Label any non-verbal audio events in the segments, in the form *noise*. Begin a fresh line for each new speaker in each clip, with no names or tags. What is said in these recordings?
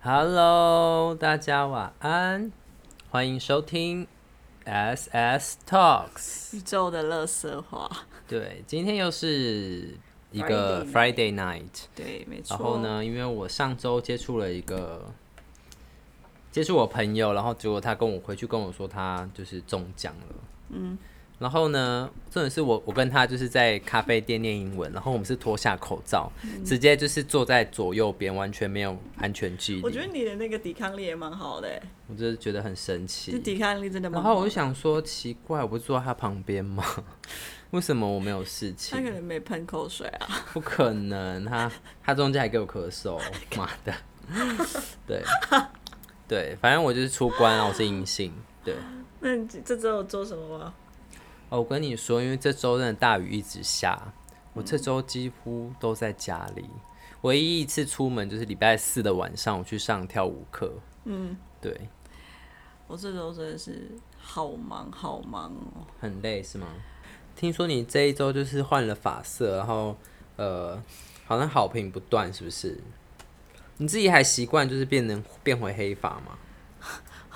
Hello，大家晚安，欢迎收听 SS Talks。
宇宙的乐色话，
对，今天又是一个 Friday
Friday
night。
对，没错。
然后？呢，因为我上周接触了一个接触我朋友，然后结果他跟我回去跟我说他就是中奖了。嗯。然后呢，重点是我我跟他就是在咖啡店念英文，然后我们是脱下口罩，
嗯
直接就是坐在左右边，完全没有安全距离。
我觉得你的那个抵抗力也蛮好的欸，
我就是觉得很神
就
奇。
抵抗力真的蛮
然
好。
后我就，想说，奇怪，我不是坐在他旁边吗？ *laughs* 为什么我没有事
他可
情？
能没喷口水啊。
不可能，他他中间还给我咳嗽，妈的！对对，反正我就是出关了，我是阴性。对，
那你这周有做什么吗？
哦，我跟你说，因为这周真的大雨一直下，我这周几乎都在家里，唯一一次出门就是礼拜四的晚上，我去上跳舞课。
嗯，
对，
我这周真的是好忙好忙哦。
很累是吗？听说你这一周就是换了发色，然后呃，好像好评不断，是不是？你自己还习惯就是变成变回黑发吗？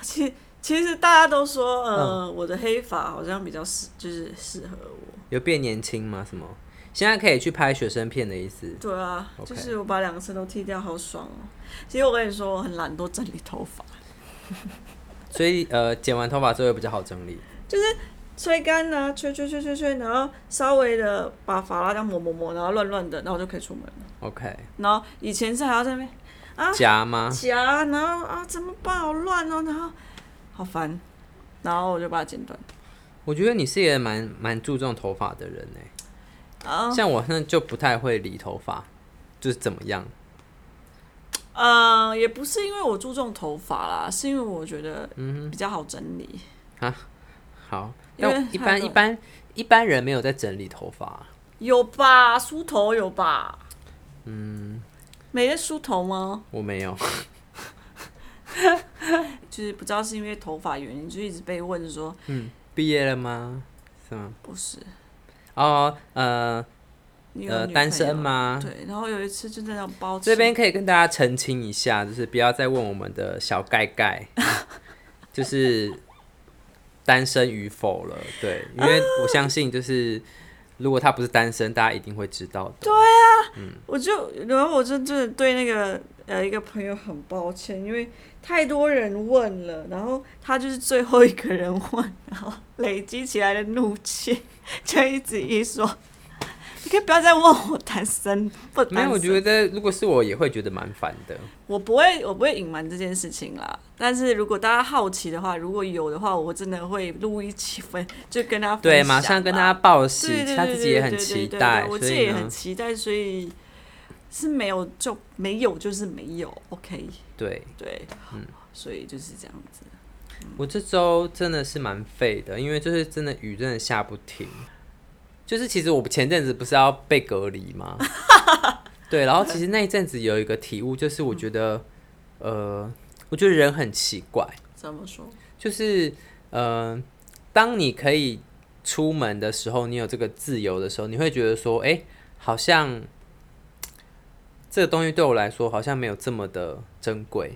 其其实大家都说，呃，我的黑发好像比较适，就是适合我。
有变年轻吗？什么？现在可以去拍学生片的意思？
对啊
OK
就是我把两个色都剃掉，好爽哦。其实我跟你说，我很懒惰整理头发，
所以呃，剪完头发之后也比较好整理。
吹干啊，吹吹吹吹吹，然后稍微的把发蜡这样抹抹抹，然后乱乱的，然后我就可以出门了。
OK，
然后以前是还要在那边
夹吗？
夹，然后啊怎么办？好乱哦，然后好烦，然后我就把它剪短。
我觉得你是一个蛮蛮注重头发的人哎、
啊
像我现在就不太会理头发，就是怎么样？
嗯、也不是因为我注重头发啦，是因为我觉得比较好整理。
好，
因为
但一
还
般
有
一般一般人没有在整理头发啊、
有吧？梳头有吧？嗯，每天梳头吗？
我没有。
就是不知道是因为头发原因，就一直被问说
毕业了吗？是吗？
不是
哦，呃
你有
呃，
女
单
朋友啊
身？吗？
对，然后有一次就在那包
这边可以跟大家澄清一下，就是不要再问我们的小盖盖， *laughs* 就是单身与否了。对，因为我相信，就是如果他不是单身，大家一定会知道的。
啊我就然后我就真的对那个呃一个朋友很抱歉，因为太多人问了，然后他就是最后一个人问，然后累积起来的怒气就一直一说，你可以不要再问我单身不单身。
没有，我觉得如果是我，也会觉得蛮烦的。
我不会我不会隐瞒这件事情啦。但是如果大家好奇的话，如果有的话，我真的会录一期分，就跟他分
对，
享
马上跟
啦
大家报
对
喜，
对对
他自己也很期待
对对对对，我
所
自己
以
也很
呢，
期待，所以是没有就没有，就是没有，OK，
对。
对，
嗯
所以就是这样子。
我这周真的是蛮废的，因为就是真的雨真的下不停。就是其实我前阵子不是要被隔离吗？对，然后其实那一阵子有一个体悟，就是我觉得，呃，我觉得人很奇怪，
怎么说？
就是呃，当你可以出门的时候，你有这个自由的时候，你会觉得说，哎、好像这个东西对我来说好像没有这么的珍贵。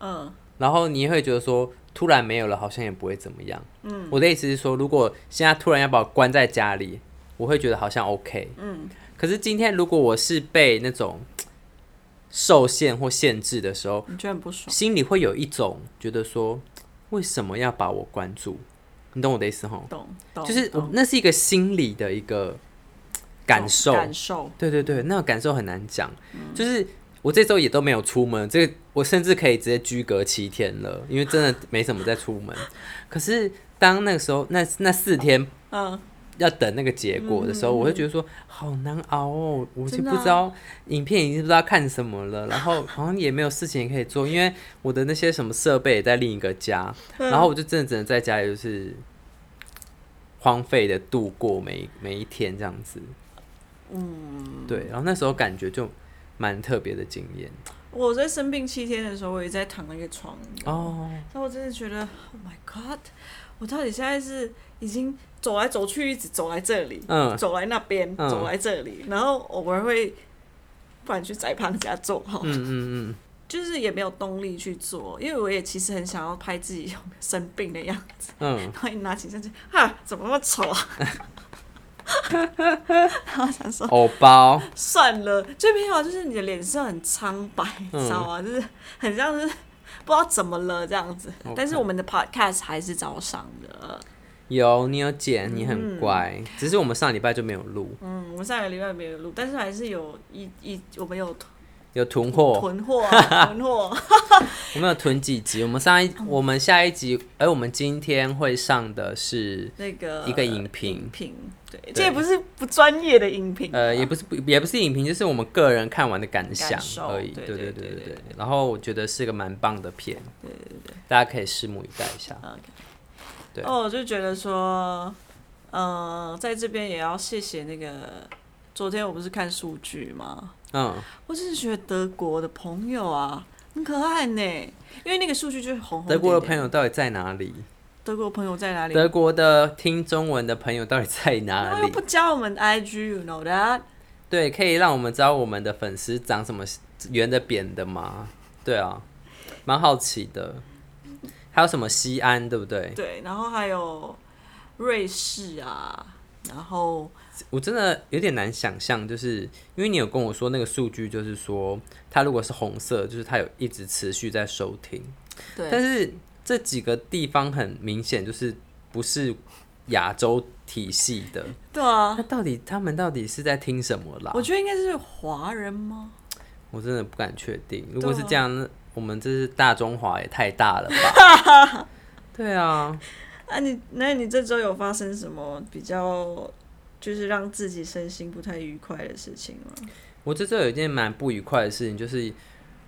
嗯，
然后你也会觉得说，突然没有了，好像也不会怎么样。嗯，我的意思是说，如果现在突然要把我关在家里，我会觉得好像 OK。嗯，可是今天如果我是被那种嘖受限或限制的时候，
你居然不爽？
心里会有一种觉得说，嘖为什么要把我关住？你懂我的意思吼？
懂懂，
就是我
懂
那是一个心理的一个嘖感受，
感受，
对对对，那个感受很难讲。就是我这周也都没有出门，这个我甚至可以直接居隔七天了，因为真的没什么在出
*laughs*
门。可是当那个时候，那那四天
嗯，
要等那个结果的时候，我会觉得说好难熬哦，我就
真的
不
啊
知道影片已经不知道看什么了，然后好像也没有事情可以做，因为我的那些什么设备也在另一个家，
嗯
然后我就真的只能在家里就是荒废的度过每一每一天这样子。嗯，对，然后那时候感觉就蛮特别的经验
我在生病七天的时候，我也在躺那个床，
哦。
然后我真的觉得，Oh my God，我到底现在是已经走来走去，一直走来这里，
嗯
走来那边，
嗯
走来这里，然后偶尔会，不然去宅胖家走好了
嗯嗯嗯，
就是就是也没有动力去做，因为我也其实很想要拍自己有 *laughs* 没有生病的样子，
嗯，
然后一拿起相机，啊，怎么那么丑啊？ *laughs* 然后想 *laughs* 说
偶包，
算了，最没有啊就是你的脸色很苍白，你知道
嗯
吗？就是很像是不知道怎么了这样子。
OK
但是我们的 podcast 还是早上的，
有你有剪，你很乖，只是我们上礼拜就没有录，
嗯，我们上个礼拜没有录，但是还是有一一我们有
有囤货，
囤货
*laughs*
啊囤货，
我们有囤几集，我们上一我们下一集，哎、我们今天会上的是
那个
一个影评
影评，对，这也不是不专业的影评啊，
呃，也不是不也不是影评，就是我们个人看完的感想
感受
而已。
对
对
对
对
对
对
对
然后我觉得是个蛮棒的片，对对对，大家可以拭目以待一下。对
哦，我就觉得说，呃，在这边也要谢谢那个，昨天我不是看数据吗？
嗯，
我只是觉得德国的朋友啊，很可爱呢，因为那个数据就是红红
德国的
点
朋
点，
友到底在哪里？
德国朋友在哪里？
德国的听中文的朋友到底在
然 *laughs*
哪
后又
里
不？加我们 IG，you know that？
对，可以让我们知道我们的粉丝长什么圆的扁的吗？对啊，蛮好奇的。还有什么西安，对不对？
对，然后还有瑞士啊，然后
我真的有点难想象，就是因为你有跟我说那个数据，就是说它如果是红色，就是它有一直持续在收听，但
对，
是这几个地方很明显就是不是亚洲体系的，
对啊
那，到底他们到底是在听什么啦
我？觉得应该是华人吗？
我真的不敢确定。如果是
对啊
这样，那我们这是大中华也太大了吧？
*laughs*
对啊，
啊你，那你这周有发生什么比较就是让自己身心不太愉快的事情吗？
我这周有一件蛮不愉快的事情，就是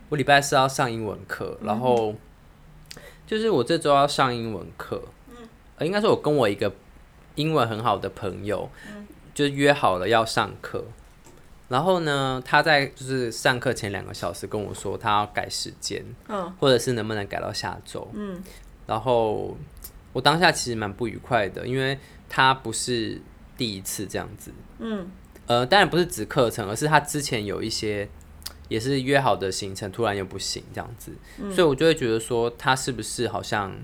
我礼拜四要上英文课，然后就是我这周要上英文课，嗯，应该说我跟我一个英文很好的朋友，就约好了要上课，然后呢，他在就是上课前两个小时跟我说他要改时间，
嗯，
或者是能不能改到下周，嗯，然后我当下其实蛮不愉快的，因为他不是第一次这样子，
嗯，
呃，当然不是指课程，而是他之前有一些也是约好的行程，突然又不行这样子，
嗯
所以我就会觉得说他是不是好像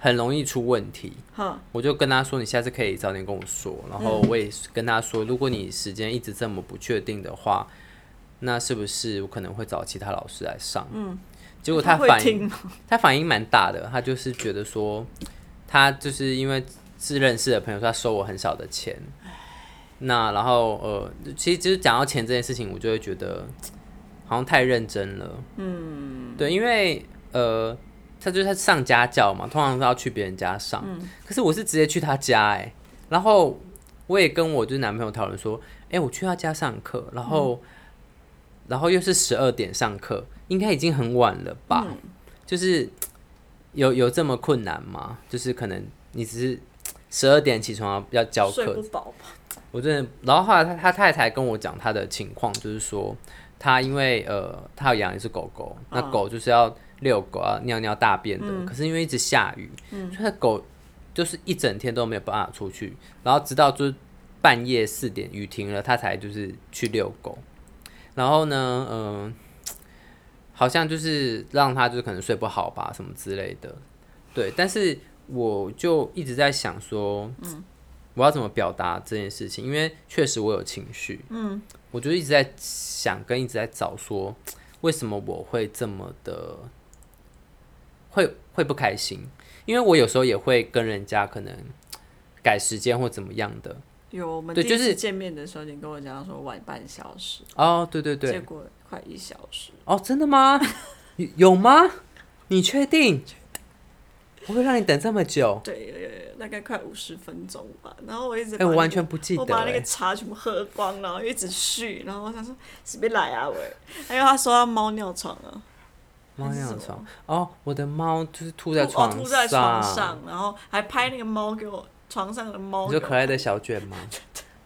很容易出问题。
哈，
我就跟他说，你下次可以早点跟我说。然后
嗯
我也跟他说，如果你时间一直这么不确定的话，那是不是我可能会找其他老师来上？嗯，结果他
会
反应
听吗？
他反应蛮大的，他就是觉得说，他就是因为是认识的朋友，所以他收我很少的钱。那然后呃，其实就是讲到钱这件事情，我就会觉得好像太认真了。嗯，对，因为呃，他就是他上家教嘛，通常是要去别人家上，可是我是直接去他家哎、然后我也跟我就是男朋友讨论说，哎、我去他家上课，然后、然后又是十二点上课，应该已经很晚了吧？就是有有这么困难吗？就是可能你只是十二点起床要要教
睡
课
不饱吧？
我真的，然后后来他他太太跟我讲他的情况，就是说他因为呃他有养一只狗狗，那狗就是要遛狗啊尿尿大便的，可是因为一直下雨，所以他狗就是一整天都没有办法出去，然后直到就是半夜四点雨停了，他才就是去遛狗，然后呢，嗯、好像就是让他就是可能睡不好吧什么之类的，对，但是我就一直在想说，我要怎么表达这件事情，因为确实我有情绪，嗯，我就一直在想跟一直在找说，为什么我会这么的会会不开心？因为我有时候也会跟人家可能改时间或怎么样的。
有我们第
对
一
就是
次见面的时候，你跟我讲说晚半小时，
哦，对对
结
对，
果快一小时，
哦，真的
*laughs*
吗？有有吗？你确定？我会让你等这么久？
对，呃大概快五十分钟吧。然后我一直
哎、
把
我
那
完
个
全不记
我
得、
把那个
哎，
茶全部喝光，然后一直续，然后我想说随便来啊喂。还有他说他猫尿床啊，
猫
还是
尿
什么
床。哦，我的猫就是吐
我哦
在床
吐在床上，然后还拍那个猫给我床上的猫
你
给
说
我，
可爱的小卷吗？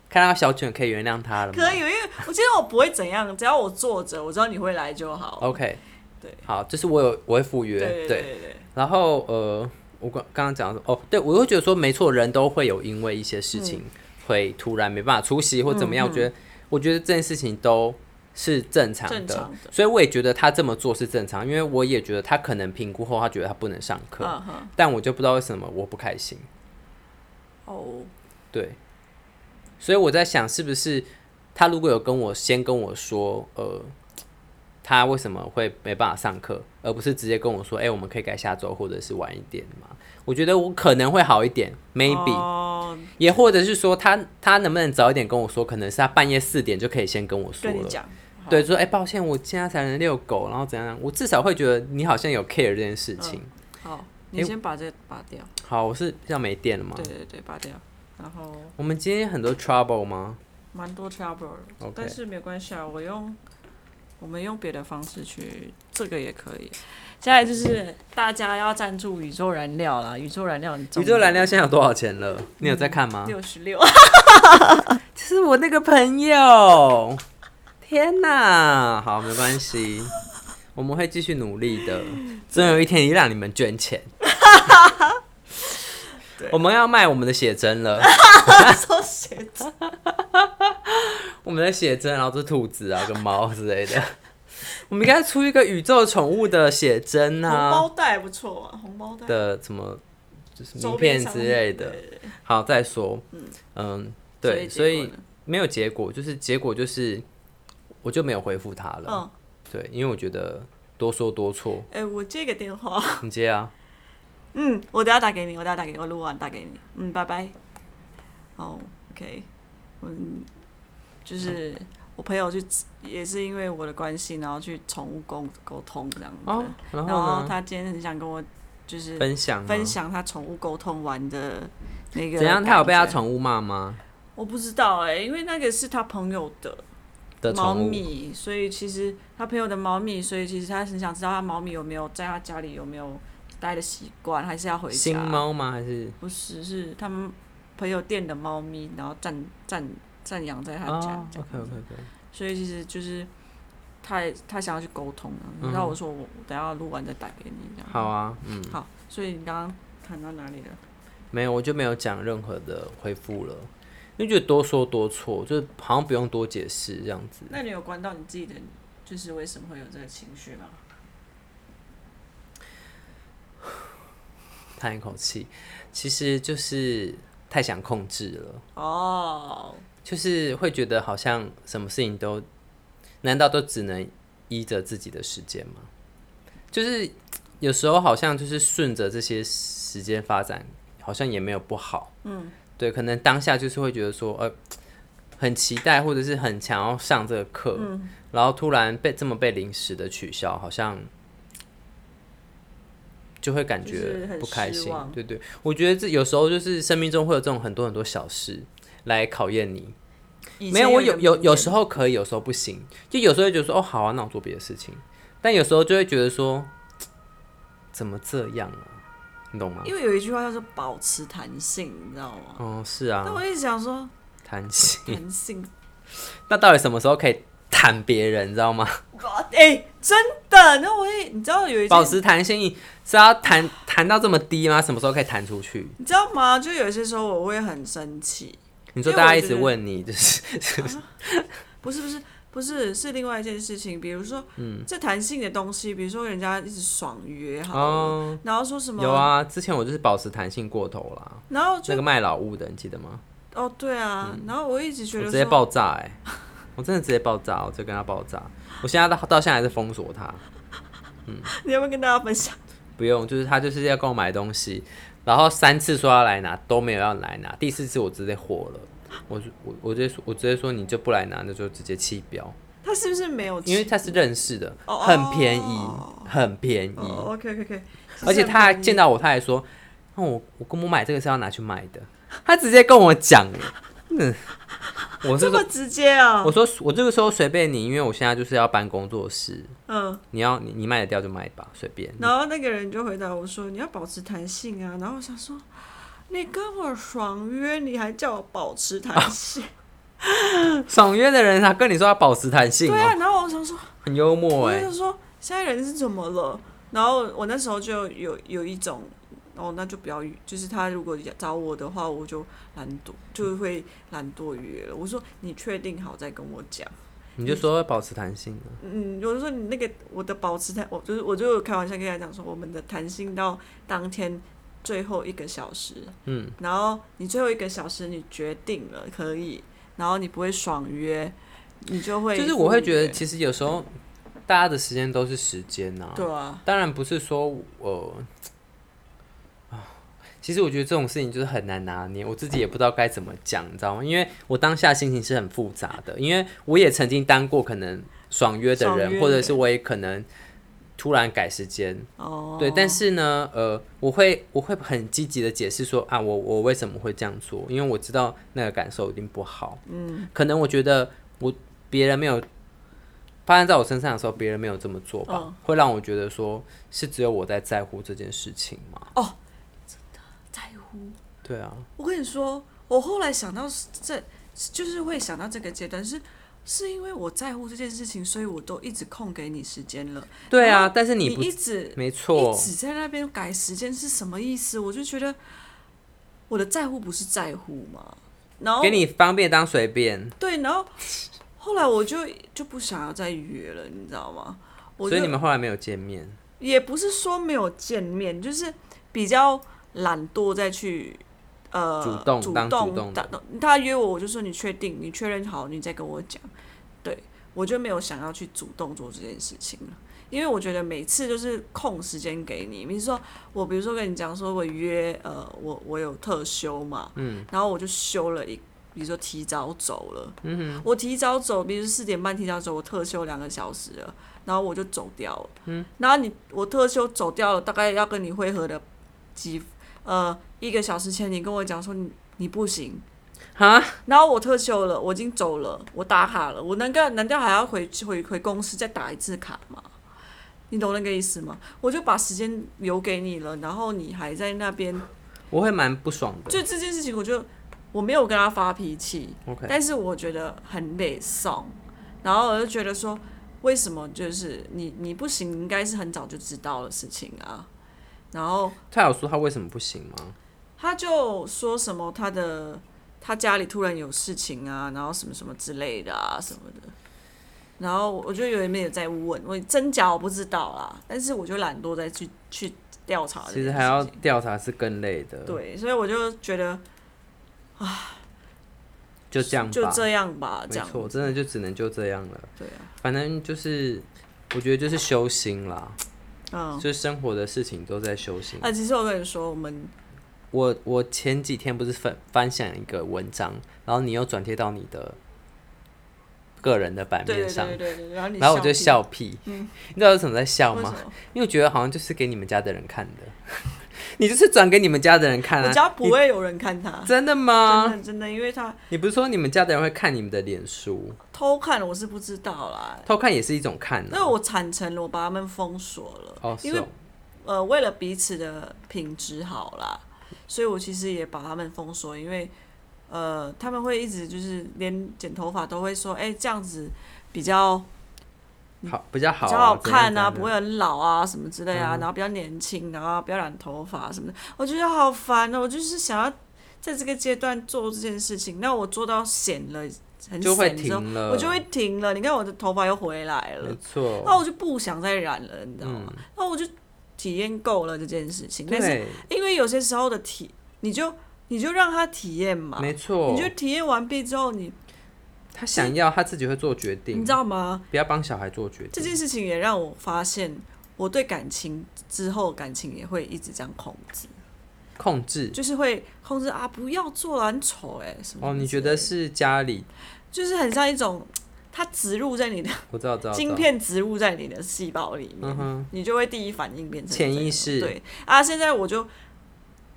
看到小卷可以原谅他了吗？
可以，因为我觉得我不会怎样，只要我坐着，我知道你会来就好。
OK，
对，
好，就是我有我会赴约，
对对对对对，
然后呃，我刚刚刚讲的哦，对我会觉得说，没错，人都会有因
嗯
为一些事情会突然没办法出席或怎么样，我觉得我觉得这件事情都是正常
正
的，
常的
所以我也觉得他这么做是正常，因为我也觉得他可能评估后，他觉得他不能上课，
嗯哼，
但我就不知道为什么我不开心。
哦，
对，所以我在想，是不是他如果有跟我先跟我说，呃，他为什么会没办法上课，而不是直接跟我说，哎、我们可以改下周或者是晚一点嘛？我觉得我可能会好一点，maybe，、
哦，
也或者是说他他能不能早一点跟我说，可能是他半夜四点就可以先跟我说
跟你
了。
讲，好
对，说哎、抱歉，我现在才能遛狗，然后怎样怎样，我至少会觉得你好像有 care 这件事情。
好，你
诶
先把这个拔掉，
好，我是要没电了吗
对？对对，拔掉，然后
我们今天很多 trouble 吗？
蛮多 trouble，的
OK
但是没关系啊，我用我们用别的方式去，这个也可以。接下来就是大家要赞助宇宙燃料啦，宇宙燃料你
宇宙燃料现在有多少钱了？你有在看吗？
六十
*laughs*
六，啊
是我那个朋友。天哪，好，没关系，我们会继续努力的。总有一天，也让你们捐
*laughs*
钱。我们要卖我们的写真了，
抽血
我们的写真，然后是兔子啊，跟猫之类的。我们应该出一个宇宙宠物的写真
红
啊
包袋不错啊，红包袋
的什么，就是名
周
片
边商
之
品
类的。
对对对
好，再说，嗯，对，所
结
以
果呢
没有结果，就是结果就是我就没有回复他了。
嗯，
对，因为我觉得多说多错，
哎、我接个电话，
你接啊。
嗯，我等下打给你，我等下打给你，我录完打给你，嗯，拜拜。哦，OK，嗯，就是我朋友去，也是因为我的关系，然后去宠物沟沟通这样子。
哦，然
然
后
后
呢？
他今天很想跟我就是
分享吗啊
分享他宠物沟通玩的那个
怎样？他有被他
感觉？
宠物骂吗？
我不知道哎、因为那个是他朋友的
的
猫
宠物
咪，所以其实他朋友的猫咪，所以其实他很想知道他猫咪有没有在他家里有没有待的习惯，还是要回家。
新猫吗？还是
不是，是他们朋友店的猫咪，然后暂暂暂养在他家。
哦
这样
？OK OK OK。
所以其实就是他也他想要去沟通啊，
嗯
然后我说我我等一下录完再打给你这样。
好啊，嗯，
好，所以你刚刚谈到哪里了？
没有，我就没有讲任何的回复了，因为觉得多说多错，就是好像不用多解释这样子。
那你有关到你自己的，就是为什么会有这个情绪吗？
叹一口气，其实就是太想控制了，
哦，
就是会觉得好像什么事情都，难道都只能依着自己的时间吗？就是有时候好像就是顺着这些时间发展，好像也没有不好。
嗯，
对，可能当下就是会觉得说，呃，很期待或者是很想要上这个课，
嗯
然后突然被这么被临时的取消，好像就会感
就是
觉
很
不开
失
心。
望
对对，我觉得这有时候就是生命中会有这种很多很多小事来考验你。没有，我有有有时
候
候可以，有时候不行。就有时候会觉得说，哦，好啊，那我做别的事情。但有时候就会觉得说，怎么这样啊？你懂吗？
因为有一句话叫做保持弹性，你知道吗？
哦，是
但
啊，
我一直想说
弹性。
弹性，
*laughs* 那到底什么时候可以弹别人，你知道吗？
哇哎、真的，那我也你知道有一件
保持弹性是要弹弹到这么低吗？什么时候可以弹出去？
你知道吗？就有些时候我会很生气，
你说
因为
大家
我
一
觉
直
得啊
问你，就是
不是不是不是是另外一件事情，比如说，嗯，这弹性的东西，比如说人家一直爽约好
*laughs*
了，
哦，
然后说什么
有，啊，之前我就是保持弹性过头啦。
然后就、
那个卖老物的，你记得吗？
哦对啊，然后我一直觉
我
得
直接
说
爆炸哎、我真的直接爆炸，我就跟他爆炸。我现在到到现在还是封锁他，
你要不要跟大家分享？
不用，就是他就是要跟我买东西，然后三次说要来拿都没有要来拿，第四次我直接火了，我就我我直接说我直接说你就不来拿，那就直接弃标。
他是不是没有吃？
因为他是认识的，
哦
很便宜
哦，
很便宜，
哦，OK OK OK，
而且他还见到我，他还说，那、我我跟我买这个是要拿去卖的，他直接跟我讲，嗯，我是
这么
说，
直接啊
我，说我这个时候随便你，因为我现在就是要搬工作室，
嗯，
你要你你卖得掉就卖吧，随便。
然后那个人就回答我说：“你要保持弹性啊。”然后我想说，你跟我爽约，你还叫我保持弹
啊哦
性？
爽约的人他跟你说要保持弹性
对
哦、
啊，然后我想说，
很幽默
我
哎、
就说现在人是怎么了？然后我那时候就有有一种，哦，那就不要约，就是他如果找我的话，我就懒惰，就会懒惰约了。我说你确定好再跟我讲，
你就说保持弹性啊
嗯，有的时候你那个我的保持弹，我就是我就有开玩笑跟他讲说，我们的弹性到当天最后一个小时，
嗯，
然后你最后一个小时你决定了可以，然后你不会爽约，你就会
就是我会觉得
赴约
其实有时候大家的时间都是时间呐、
对啊，
当然不是说我、啊其实我觉得这种事情就是很难拿捏，我自己也不知道该怎么讲，你知道吗？因为我当下心情是很复杂的，因为我也曾经当过可能爽约的
爽约
人，或者是我也可能突然改时间，
哦，
对，但是呢，呃，我会我会很积极的解释说啊，我我为什么会这样做，因为我知道那个感受一定不好。嗯，可能我觉得我别人没有发生在我身上的时候，别人没有这么做吧，
嗯
会让我觉得说是只有我在在乎这件事情嘛。
哦在乎。
对啊，
我跟你说，我后来想到是这，就是会想到这个阶段是。是因为我在乎这件事情，所以我都一直空给你时间了。
对
然
啊，
后
但是你不
一直
没错
一，直在那边改时间是什么意思？我就觉得我的在乎不是在乎嘛，然后
给你方便当随便，
对，然后后来我就就不想要再约了，你知道吗？我
所以
就
你们后来没有见面。
也不是说没有见面，就是比较懒惰再去呃
主动
主
当主
动
动的
打他约我，我就说你确定，你确认好，你再跟我讲。对我就没有想要去主动做这件事情了，因为我觉得每次就是空时间给你，比如说我比如说跟你讲说我约呃我我有特休嘛，嗯，然后我就休了一。比如说提早走了，嗯、我提早走，比如四点半提早走，我特休两个小时了，然后我就走掉了。然后你我特休走掉了，大概要跟你会合的几呃一个小时前，你跟我讲说你你不行，
哈，
然后我特休了，我已经走了，我打卡了，我难道难道还要回回回公司再打一次卡吗？你懂那个意思吗？我就把时间留给你了，然后你还在那边，
我会蛮不爽的。
就这件事情，我就我没有跟他发脾气，
OK，
但是我觉得很累送，然后我就觉得说，为什么就是你你不行，应该是很早就知道的事情啊。然后
他有说他为什么不行吗？
他就说什么他的他家里突然有事情啊，然后什么什么之类的啊什么的。然后我就有点没有在问，我真假我不知道啦，但是我就懒惰再去去调查
其
这件事情。
实还要调查是更累的。，
对，所以我就觉得
就这样吧，
就这样吧，这
没
样
错，真的就只能就这样了。
对啊，
反正就是，我觉得就是修心啦，
嗯，
就是生活的事情都在修心。
啊，其实我跟你说，我们
我我前几天不是分分享一个文章，然后你又转贴到你的个人的版
对
面
对
上
对，对对，然后你
然后我就
屁嗯
笑屁，你知道我怎么在笑
为什
吗？
么？
因为我觉得好像就是给你们家的人看的， *laughs* 你就是转给你们家的人看
我
啊。
家不会有人看他，
真的吗？
真的真的，因为他
你不是说你们家的人会看你们的脸书，
偷看我是不知道啦，
偷看也是一种看、
因为
啊。
我坦诚了，我把他们封锁了，
哦，
因
是
为
哦，
呃为了彼此的品质好啦，所以我其实也把他们封锁，因为呃他们会一直就是连剪头发都会说，哎、这样子比较
好比较好、啊，
比较好看
怎样怎样嗯
啊，不会很老啊什么之类啊，然后比较年轻，然后不要染头发什么的，我觉得好烦哦、我就是想要在这个阶段做这件事情，那我做到显了，很
就会
显之后，
停了，
我就会停了。你看我的头发又回来
没
了，
错，嗯
那我就不想再染了，你知道吗？那我就体验够了这件事情，但是
对，
因为有些时候的体，你就你就让他体验嘛，
没错
你，就体验完毕之后，你
他想要他自己会做决定，
你知道吗？
不要帮小孩做决
这
定，
件事情也让我发现，我对感情之后感情也会一直这样控制，
控制。
就是会控制啊，不要做了，很丑哎、什么？
哦，你觉得？是家里？
就是很像一种，它植入在你的
我知道，知道，
*laughs* 晶
知道，
片植入在你的细胞里面，
嗯哼，
你就会第一反应变成这样
潜意识
对啊，现在我就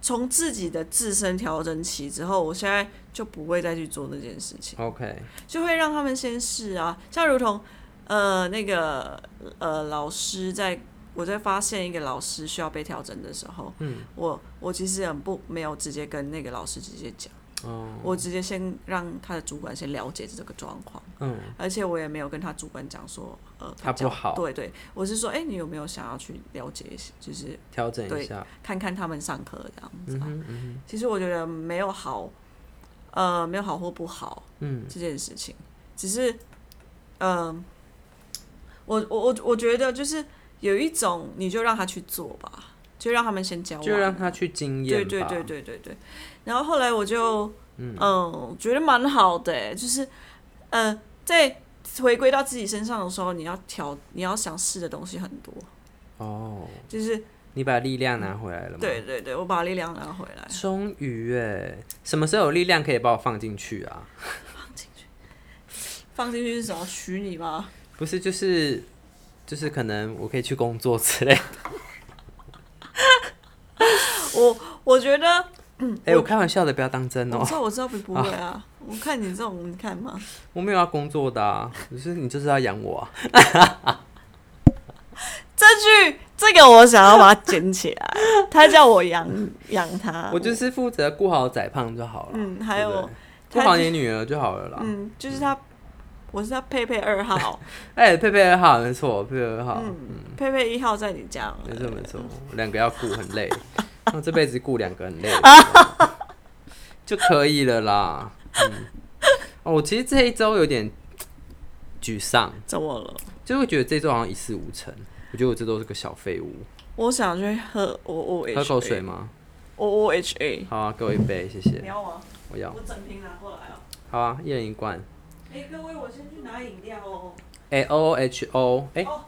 从自己的自身调整起之后，我现在就不会再去做这件事情。
，OK，
就会让他们先试啊，像如同呃那个呃老师在我在发现一个老师需要被调整的时候，嗯，我我其实很不没有直接跟那个老师直接讲，
哦，
我直接先让他的主管先了解这个状况，
嗯，
而且我也没有跟他主管讲说呃
他不
讲
好
对对，我是说哎、你有没有想要去了解一些，就是
调整
对
一下，
看看他们上课这样子
嗯
啊，
哼，嗯
其实我觉得没有好呃没有好或不好，
哼，嗯，
这件事情，只是嗯，我我我我觉得就是有一种，你就让他去做吧，就让他们先教我，
就让他去经验
对
吧。
对对对对对。然后后来我就嗯觉得蛮好的、欸，就是呃，在回归到自己身上的时候，你要调，你要想试的东西很多，
哦，
就是
你把力量拿回来了吗？
对，对对，我把力量拿回来，
终于哎，什么时候有力量可以把我放进去啊？
放进去是什么？娶你吧。
不是，就是就是可能我可以去工作之类的。
我我觉得
哎、我开玩笑的，不要当真
我
哦
知。道我知道不不会啊，我看你这种，你看嘛，
*laughs* 我没有要工作的、啊，只是你就是要养我啊。
这句这个我想要把它捡起来，他叫我养养他，
我就是负责顾好宰胖就好了。
嗯还有
对不对
他
顾好你女儿就好了啦。
嗯，就是他，我是他佩佩二号，
哎、佩佩二号没错，佩佩二号，
嗯， *laughs* 佩佩一号在你家，
没错没错，两个要顾很
*laughs*
累，我这辈子顾两个很累就可以了啦。嗯，哦，我其实这一周有点沮丧，
怎么了？
就会觉得这周好像一事无成。我觉得我这周是个小废物。
我想去喝我我 H
喝口水吗？
我我 H A，
好啊，给我一杯，谢谢。
要吗？
我要。
整瓶拿过来哦。
好啊，一人一罐。
哎，各位，我先去拿饮料哦。
A 哎 O H O，哎
O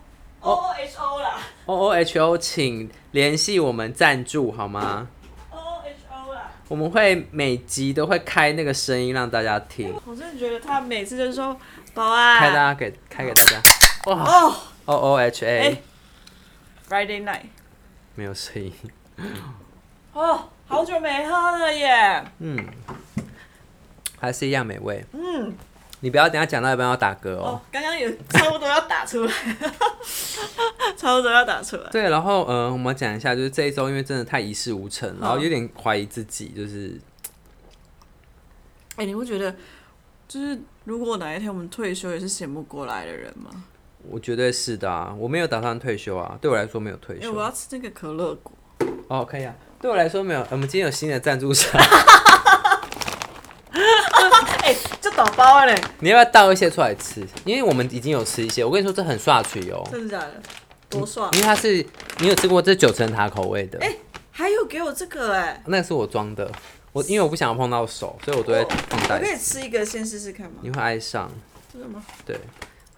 O H O 啦
O O H O，请联系我们赞助好吗？
，O O H O 啊啦。
我们会每集都会开那个声音让大家听，
我真的觉得他每次都说保
开大
安
家给开给大家。哇
哦
，O O H
哎
A，
，Friday night，
没有声音。
哦，好久没喝了耶。
嗯，还是一样美味。
嗯，
你不要等一下讲到一半要打嗝哦
哦。，刚刚也差不多要打出来， *laughs* 差不多要打出来。
对，然后嗯、呃我们讲一下，就是这一周因为真的太一事无成，然后
好
有点怀疑自己，就是
哎、你会觉得，就是如果哪一天我们退休，也是醒不过来的人吗？
我绝对是的啊，我没有打算退休啊，对我来说没有退
哎、
休。
我要吃那个可乐果。
哦，可以啊，对我来说没有。呃我们今天有新的赞助商，
哎、这打包嘞，
你要不要倒一些出来吃？因为我们已经有吃一些，我跟你说这很刷取哦，
真的假的？多爽！
因为它是你有吃过这九层塔口味
哎
的，
还有给我这个哎、
那个是我装的，我因为我不想要碰到手，所以我都会放
我
袋
可
子，
以吃一个先试试看吗？
你会爱上。
真的吗？
对，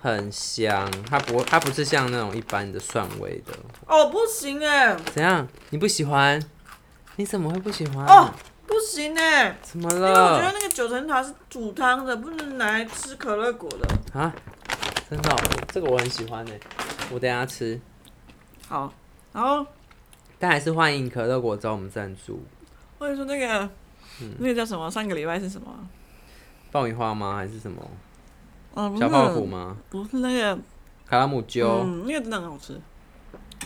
很香，它不它不是像那种一般的蒜味的。
哦，不行哎、
怎样？你不喜欢？你怎么会不喜欢？
哦，不行哎、
怎么
因为我觉
了
得？那个九层塔是煮汤的，不能拿来吃可乐果的。
啊，真的哦、这个我很喜欢呢。我等一下吃。
好，然后
但还是欢迎可乐果找我们赞助。
或者说那个、
嗯
那个叫什么？上个礼拜是什么？
爆米花吗？还是什么
嗯，不是
小泡芙吗？
不是那个
卡拉姆鸠、
嗯，那个真的很好吃。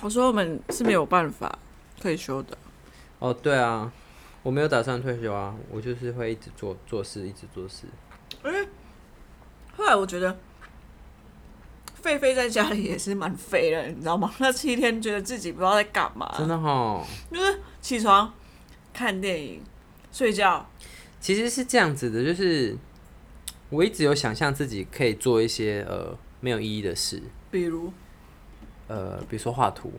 我说我们是没有办法退休的，
哦，对啊，我没有打算退休啊，我就是会一直做做事，一直做事。
因为后来我觉得狒狒在家里也是蛮废的，你知道吗？ *laughs* 那七天觉得自己不知道在干嘛，
真的哈，
就是起床、看电影、睡觉，
其实是这样子的，就是我一直有想象自己可以做一些呃没有意义的事，
比如
呃，比如说画图，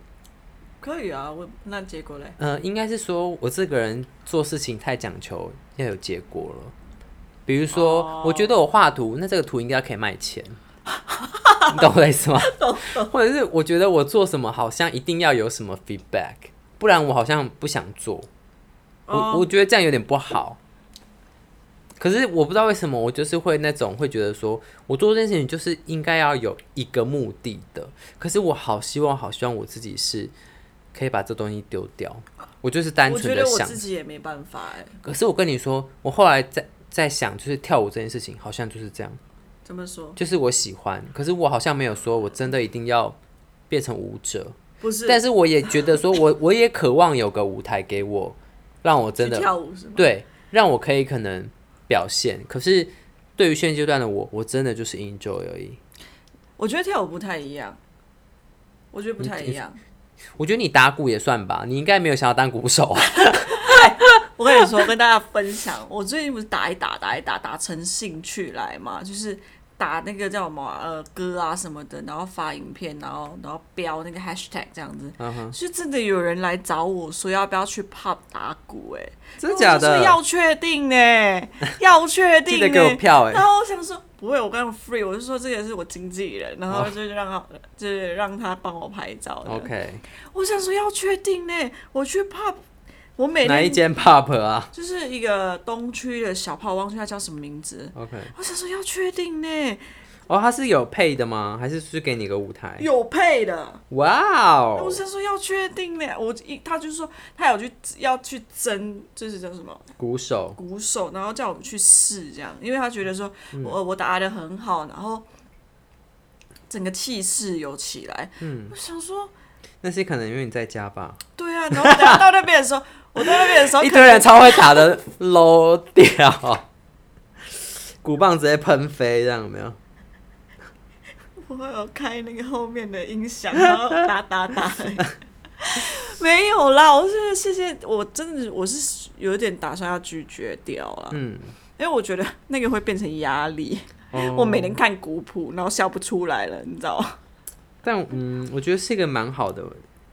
可以啊，我那结果嘞，
呃，应该是说我这个人做事情太讲求要有结果了。比如说
哦
我觉得我画图，那这个图应该可以卖钱， *laughs* 你懂我的意思吗？或者是我觉得我做什么好像一定要有什么 feedback，不然我好像不想做。我我觉得这样有点不好。可是我不知道为什么，我就是会那种会觉得说，我做这件事情就是应该要有一个目的的。可是我好希望，好希望我自己是可以把这东西丢掉。我就是单
我觉
纯
得
的
我
想
自。己也没办法哎、
可是我跟你说，我后来在在想，就是跳舞这件事情，好像就是这样，
怎么说？
就是我喜欢，可是我好像没有说我真的一定要变成舞者。
不是，
但是我也觉得说我， *laughs* 我也渴望有个舞台给我，让我真
去
的
跳舞是吗？
对，让我可以可能表现。可是对于现阶段的我，我真的就是 enjoy 而已。
我觉得跳舞不太一样，我觉得不
你
太
你
一样。
我觉得你打鼓也算吧，你应该没有想要当鼓手啊。
我跟你说，跟大家分享，我最近不是打一打打一打打成兴趣来嘛，就是打那个叫什么呃歌啊什么的，然后发影片，然后然后标那个 hashtag 这样子，
嗯哼，
是真的有人来找我说要不要去 pub 打鼓、欸，
*laughs* 真的假
我就说
的？
要确定
*laughs*
呢、要确定、
记
呢。
得给我票哎、
然后我想说，不会，我刚刚 free，我就说这个是我经纪人，然后就是让他，就是让他帮我拍照的。
OK，
我想说要确定呢，我去 pub，我每
哪一
天
间 pub 啊
就是一个东区的小泡，我忘记他叫什么名字。
？OK，
我想说要确定呢，
哦，它是有配的吗？还是是给你个舞台？
有配的。
哇
我
哦，
想说要确定呢，我一他就说他有去要去争，就是叫什么
鼓手，
鼓手，然后叫我们去试这样，因为他觉得说
嗯
我我打的很好，然后整个气势有起来。
嗯，
我想说，
那些可能因为你在家吧，
对啊，然后等下到那边的
*laughs*
时候，我到那边的时候
一
可
堆
能，
人超会打的 *laughs* low 掉，鼓棒直接喷飞，这样有没有？
我有开那个后面的音响，然后打打打。没有啦，我是谢谢，我真的我是有点打算要拒绝掉了，
嗯，
因为我觉得那个会变成压力。
哦
我每天看古谱，然后笑不出来了，你知道吗？
但嗯，我觉得是一个蛮好的，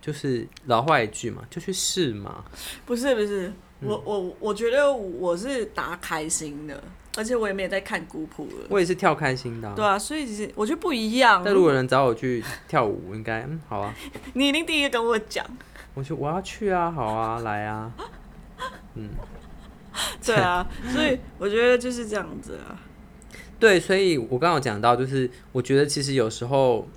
就是老话一句嘛，就去试嘛。
不是不是，我我我觉得我是打开心的，而且我也没有在看古谱了。
我也是跳开心的、啊。
对啊，所以其实我觉得不一样。
但如果有人找我去跳舞，应该嗯好啊，
你一定第一个跟我讲，
我就我要去啊，好啊，来啊，嗯，
对 *laughs* 啊，所以我觉得就是这样子啊。
对，所以我刚刚有讲到，就是我觉得其实有时候，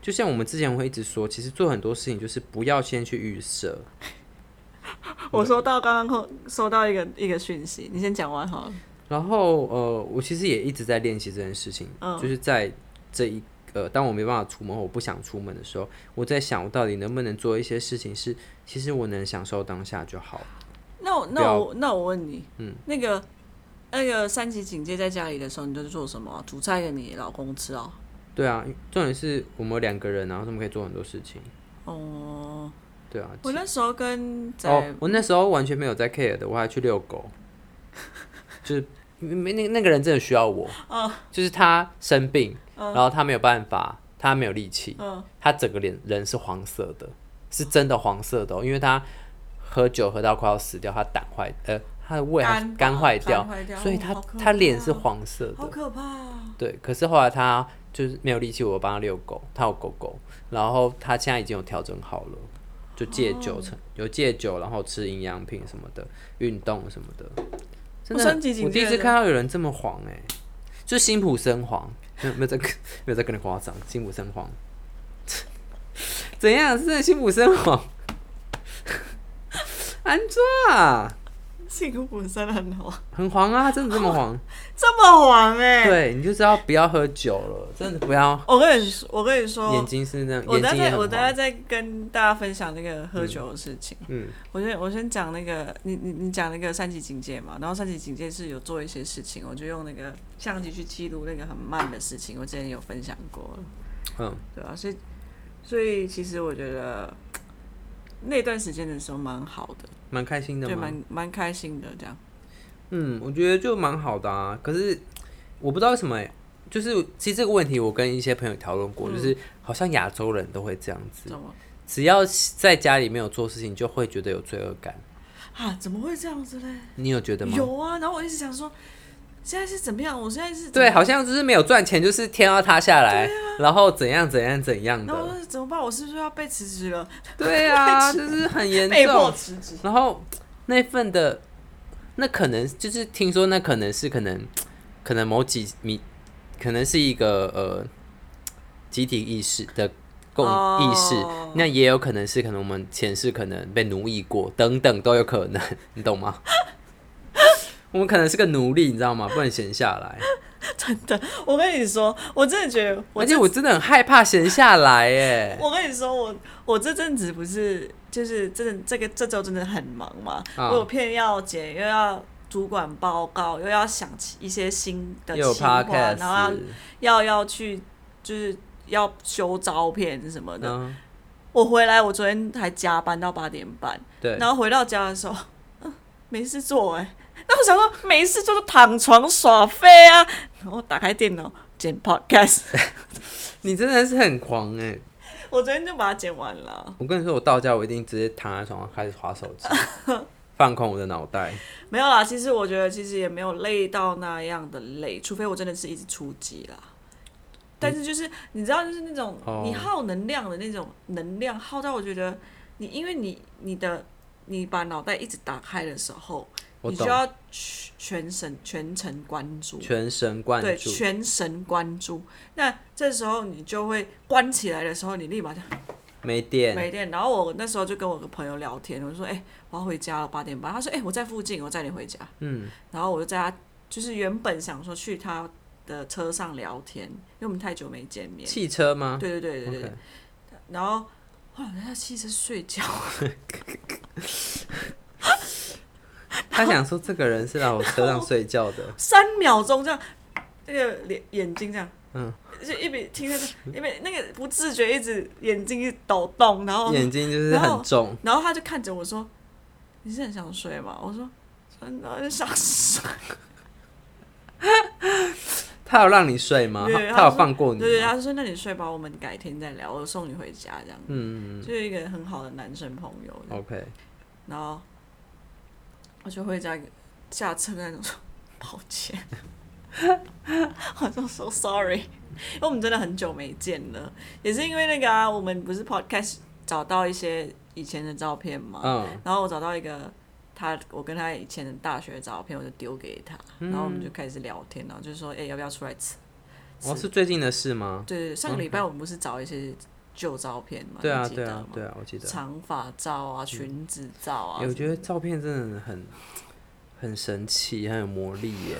就像我们之前会一直说，其实做很多事情就是不要先去预设，
我收到刚刚后收到一个一个讯息，你先讲完好了。
然后呃，我其实也一直在练习这件事情，
嗯
就是在这一呃，当我没办法出门或我不想出门的时候，我在想我到底能不能做一些事情是，其实我能享受当下就好。
那我
不
那
要
我那我问你，
嗯，
那个那个三级警戒在家里的时候，你都是做什么啊、煮菜给你老公吃哦。
对啊，重点是我们有两个人、啊，然后他们可以做很多事情。
哦，
对啊，
我那时候跟仔、
哦，我那时候完全没有在 care 的，我还去遛
*laughs*
狗，就是没那那个人真的需要我，
哦
就是他生病，然后他没有办法，他没有力气，
嗯
他整个脸人是黄色的，是真的黄色的、哦，因为他喝酒喝到快要死掉，他胆坏，呃，他的胃还
肝
肝坏掉
肝坏，掉
所以
哦
他
好可
他脸是
怕
黄色的
好，可怕、啊，
对，可是后来他就是没有力气，我帮他遛狗，他有狗狗，然后他现在已经有调整好了，就戒
哦
酒成、有戒酒，然后吃营养品什么的，运动什么的，真
我
的，
哦升级警
我第一
戒
次
了
看到有人这么黄哎、就辛普森黄，没有没有在跟没有在跟你夸张，辛普森黄， *laughs* 怎样？是真的辛普森黄？安抓、啊，
幸福真的很好，
很黄啊，真的这么黄？
哦这么黄哎、
对，你就知道不要喝酒了，真的不要。
我跟你说，我跟你说，
眼睛是那样，
哦我
眼
待
睛也
在我
很啊
待
黄。
在跟大家分享那个喝酒的事情。
嗯
我先我先讲那个，你你你讲那个三级警戒嘛，然后三级警戒是有做一些事情，我就用那个相机去记录那个很慢的事情，我之前有分享过了，
嗯，
对啊，所以所以其实我觉得那段时间的时候蛮好的，
蛮开心的
对，
嘛。
蛮蛮开心的这样。
嗯，我觉得就蛮好的啊。可是我不知道为什么欸、就是其实这个问题，我跟一些朋友讨论
嗯
过，就是好像亚洲人都会这样子
怎，么
只要在家里没有做事情，就会觉得有罪恶感。
啊？怎么会这样子嘞？
你有觉得吗？
有啊，然后我一直想说，现在是怎么样？我现在是怎么
对，
样
好像就是没有赚钱，就是天要塌下来，然后怎样怎样怎样
啊然后我
的。
说怎么办？我是不是要被辞职了？
对
*laughs*
啊，就是很严
被迫
重。
辞职。
然后那份的，那可能就是听说那可能是可能可能某几米，可能是一个呃集体意识的共意识
哦
那也有可能是可能我们前世可能被奴役过，等等都有可能，你懂
*laughs*
吗？我们可能是个奴隶，你知道吗？不能闲下来，
我跟你说，我真的觉得我
而且我真的很害怕闲下来，哎，
我跟你说，我我这阵子不是就是真的这个这周真的很忙嘛，
啊
我有片要剪，又要主管报告，又要想起一些新的
又有
计划，然
podcast，嗯
后要要要去就是要修照片什么的。
嗯，
我回来，我昨天还加班到八点半，
对，
然后回到家的时候， *laughs* 嗯，没事欸做哎、那我想说没事做就躺床耍废啊，然后打开电脑剪 podcast， *laughs*
你真的是很狂哎、
我昨天就把它剪完了。
我跟你说，我到家我一定直接躺在床上开始划手
*laughs*
机，放空我的脑袋。
没有啦，其实我觉得其实也没有累到那样的累，除非我真的是一直出击啦。但是就是你知道，就是那种
哦
你耗能量的那种能量，耗到我觉得你因为你你的你把脑袋一直打开的时候，
我
你需
懂，
要全全神全程关注，
全神贯
对，
注。
全神关注。那这时候你就会关起来的时候，你立马就
没电，
没电。然后我那时候就跟我个朋友聊天，我就说：“哎、我要回家了，八点半。”他说：“哎、我在附近，我载你回家。”
嗯，
然后我就在他就是原本想说去他的车上聊天，因为我们太久没见面。
汽车吗？
对对对对对。
啊 OK
然后后来我在他汽车睡觉，
他想说这个人是来我车上睡觉
*laughs*
的，
三秒钟这样，那个脸眼睛这样，
嗯，
就一边听那个，一边那个不自觉一直眼睛一直抖动，然后
眼睛就是很重。
哦然后他就看着我说：“你是很想睡吗？”我说：“真的很想睡。
他有让你睡吗？
对
他
他
有
说
放”过
对
你
对，
吗？
他就说：“那你睡吧，我们改天再聊，我送你回家。”这样，
嗯
就是一个很好的男生朋友。
，OK，
然后我就回家下车跟他说：“抱歉， *laughs* 我说 so sorry，因为我们真的很久没见了，也是因为那个啊，我们不是 podcast 找到一些以前的照片嘛，
嗯，
然后我找到一个他，我跟他以前的大学照片，我就丢给他，
嗯
然后我们就开始聊天，然后就说，哎、要不要出来吃？
哦，是最近的事吗？
对对对，上个礼拜我们不是找一些旧照片嘛？
对啊，
你嗯记
对
得
啊
吗，？
对啊，我记得。嗯
长发照啊，裙子照啊，
欸我觉得照片真的很很神奇，很有魔力
*laughs*
耶。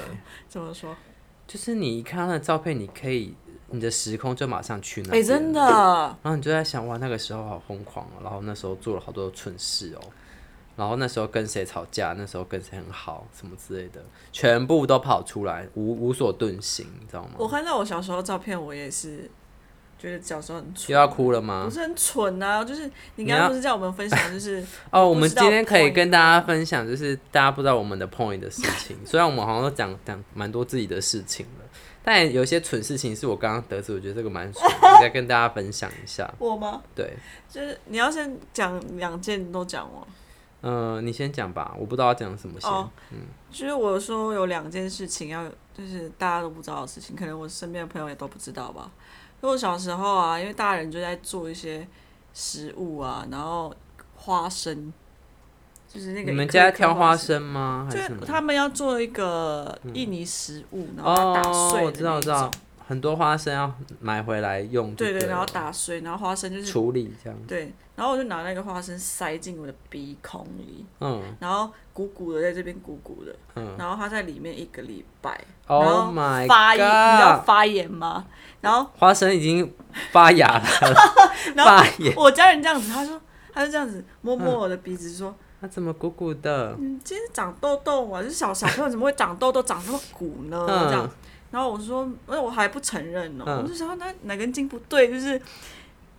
怎么说？
就是你一看到那照片，你可以你的时空就马上去那边
哎、
啊嗯
真。的，
然后你就在想，哇，那个时候好疯狂、哦，然后那时候做了好多蠢事哦，然后那时候跟谁吵架，那时候跟谁很好，什么之类的，全部都跑出来，无无所遁形，你知道吗？
我看到我小时候照片，我也是觉得小时候很蠢
又。要哭了
不
吗？
是很蠢啊，就是你
你
刚
要
刚不是叫我们分享，就是 *laughs*
哦，我
不
们
知道
今天可以
point
跟大家分享，就是大家不知道我们的 point 的事
*laughs*
情。虽然我们好像都讲讲蛮多自己的事情了，但有些蠢事情是我刚刚得知，我觉得这个蛮蠢的，再跟大家分享一下。
我吗？
对，
就是你要先讲两件都讲完。
呃，你先讲吧，我不知道要讲什么先。
哦就是我说有两件事情要，就是大家都不知道的事情，可能我身边的朋友也都不知道吧。因为我小时候啊，因为大人就在做一些食物啊，然后花生，就是那个
你们
一颗
家
一颗
挑花
花，
生吗？还
就是是
什么？嗯
他们要做一个印尼食物，然后把它打
哦
碎，
我
的
知道，
那
我知道
种，
很多花生要买回来用就
对
了，
对，然后打碎，然后花生就是
处理这样。
对，然后我就拿那个花生塞进我的鼻孔里，
嗯
然后鼓鼓的在这边鼓鼓的，
嗯
然后它在里面一个礼拜。然
，Oh
后
my
发炎，你知道
god，
发炎吗？然后
花生已经发芽了，
*laughs* 然后
发芽，
我家人这样子，他说，他就这样子摸摸
嗯
我的鼻子说，
它怎么鼓鼓的？
你今天长痘痘啊，就是小小朋友怎么会长痘痘，长那么鼓呢？
嗯
这样，然后我说，那我还不承认呢、
嗯
我就想说那哪根筋不对，就是。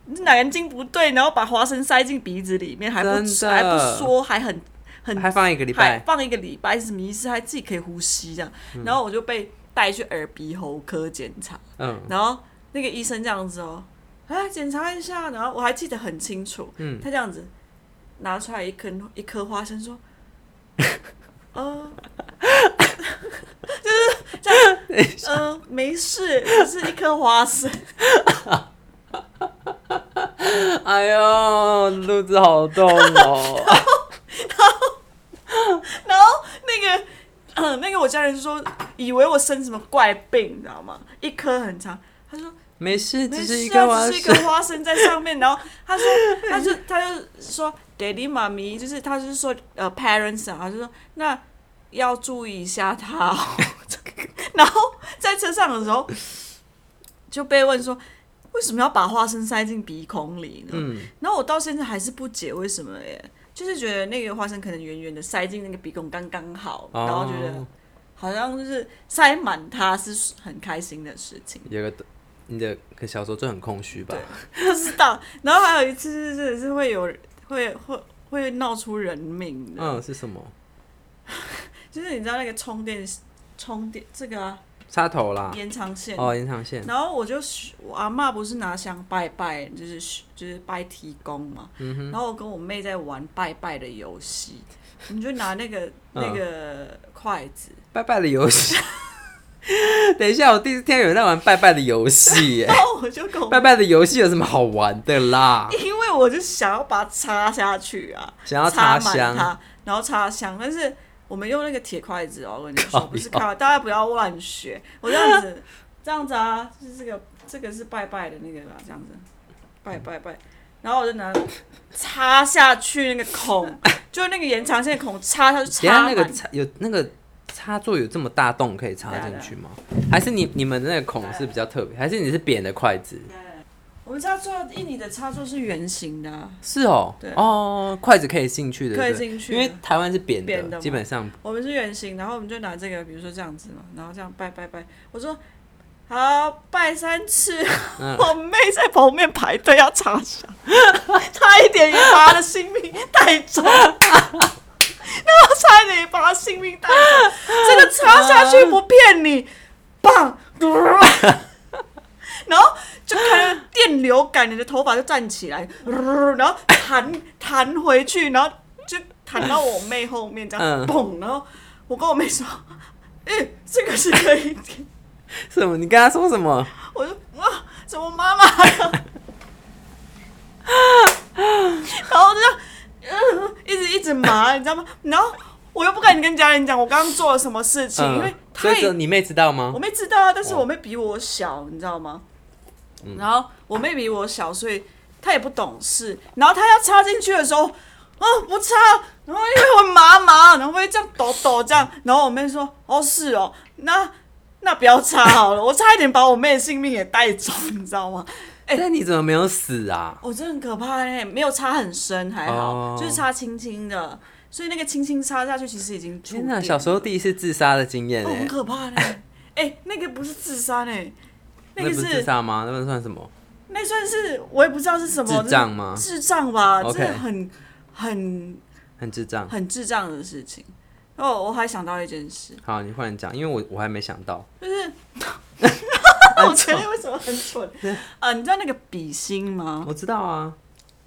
你哪根筋不对？然后把花生塞进鼻子里面，还不
真的
还不说，还很很
还放一个礼
还
拜，
放一个礼拜是什么意思？还自己可以呼吸这样。然后我就被带去耳鼻喉科检查，
嗯，
然后那个医生这样子哦，哎，检查一下，然后我还记得很清楚，
嗯
他这样子拿出来一根一颗花生说，呃， *laughs* 就是这样，呃，没事，只是一颗花生， *laughs*
哎呦，肚子好痛
*laughs*
哦，
然后那个。嗯，那个我家人说，以为我生什么怪病，你知道吗？一颗很长，他说
没事，
没
只是一
事
个
啊，
花
只是一个
生， *laughs*
花生在上面，然后他说，他就他就说，daddy 妈咪，就是他就是说，呃，parents 啊，他就说那要注意一下他、 *laughs* 哦。然后在车上的时候就被问说，为什么要把花生塞进鼻孔里呢？
嗯，
然后我到现在还是不解为什么耶，就是觉得那个花生可能圆圆的塞进那个鼻孔刚刚好，然后觉得
哦
好像就是塞满它是很开心的事情。
有个你的可小时候就很空虚吧？
*laughs* 不知道。然后还有一次是真的是会有会会会闹出人命
嗯
的，
嗯，是什么？
就是你知道那个充电充电这个啊
插头啦，
延长线。
哦，延长线，
然后我就学我阿妈不是拿香拜拜，就是学就是拜提公嘛。
嗯
然后我跟我妹在玩拜拜的游戏，我们就拿那
嗯
个那个筷子，
拜拜的游戏。 *laughs* 等一下，我第一次听到有人在玩拜拜的游戏耶，
*laughs* 然后我就跟我，
拜拜的游戏有什么好玩的啦？
因为我就想要把它插下去啊，
想要
插满
香，
它，然后插香，但是。我们用那个铁筷子哦，我跟你
靠
说，
腰
不是开玩，大家不要乱学。我这样子，这样子啊，就是这个，这个是拜拜的那个啦，这样子，拜拜拜。然后我就拿插下去那个孔，
*laughs*
就是那个延长线的孔插下
等一
去，插
下
满
那个插有那个插座有这么大洞可以插进去吗？
啊
还是你你们那个孔是比较特别？还是你是扁的筷子？
我们插座印尼的插座是圆形的啊、
是哦
对，
哦，筷子可以进去的，
可
对
以
不对
进去
因为
的
台湾是扁
扁的嘛
基本上
我们是圆形，然后我们就拿这个，比如说这样子嘛，然后这样拜拜拜。我说好拜三次，
嗯
*laughs* 我妹在旁边排队要插香，差一点也把她的性命带走，然后差一点也把她性命带走。这个插下去不骗你，棒！然后就看到电流感，你的头发就站起来，然后弹弹回去，然后就弹到我妹后面，这样
嗯
砰！然后我跟我妹说：“哎、这个是可以点。”
什么？你跟他说什么？
我就啊，怎么妈 *laughs* 妈呀？然后我就这样、嗯一直一直麻，你知道吗？然后我又不敢跟家人讲我刚刚做了什么事情， *laughs* 因为
嗯所
太
以只有你妹知道吗
我？妹知道啊，但是我妹比我小，你知道吗？然后我妹比我小，所以她也不懂事。然后她要插进去的时候，啊，不插，然后因为会麻麻，然后会这样抖抖这样。然后我妹说：“哦，是哦，那那不要插好了。”我差一点把我妹的性命也带走，你知道吗？哎
但你怎么没有死啊？
哦，真的很可怕哎、没有插很深，还好，
哦
就是插轻轻的。所以那个轻轻插下去，其实已经
天
哪，
哪，小时候第一次自杀的经验
哦，
哎
很、可怕
*laughs*
嘞！哎、那个不是自杀嘞、那
那
个
不是自杀吗？那不算什么？
那算是我也不知道是什么
智障吗
智障吧，这
OK
很很
很智障。
很智障的事情。哦，我还想到一件事，
好，你忽然讲，因为我我还没想到。
就是
*laughs*
我觉得为什么很蠢啊？你知道那个笔芯吗？
我知道啊，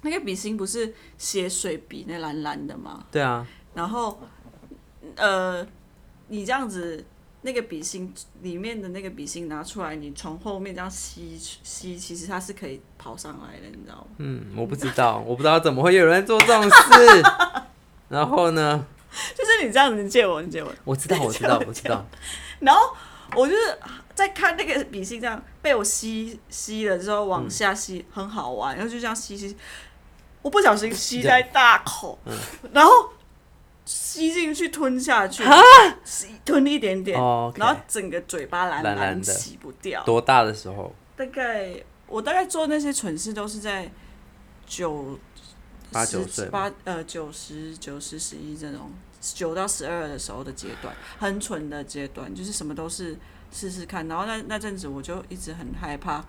那个笔芯不是写水笔那蓝蓝的吗？
对啊，
然后呃，你这样子。那个笔芯里面的那个笔芯拿出来，你从后面这样吸吸，其实它是可以跑上来的，你知道吗？
嗯，我不知道，我不知道怎么会有人做这种
*laughs*
事。然后呢？
就是你这样子，你借我，你借我，
我知道，我知
*laughs*
道，我知道。
然后我就是在看那个笔芯这样被我吸吸了之后往下吸，很好玩，然后就这样吸吸，吸我不小心吸在大口，
嗯
然后吸进去吞下去，吸吞一点点，
哦，OK
然后整个嘴巴蓝
蓝蓝的
洗不掉。
多大的时候？
大概我大概做那些蠢事都是在九
八九
十
岁吗
八呃九十九十十一这种九到十二的时候的阶段，很蠢的阶段，就是什么都是试试看。然后那那阵子我就一直很害怕，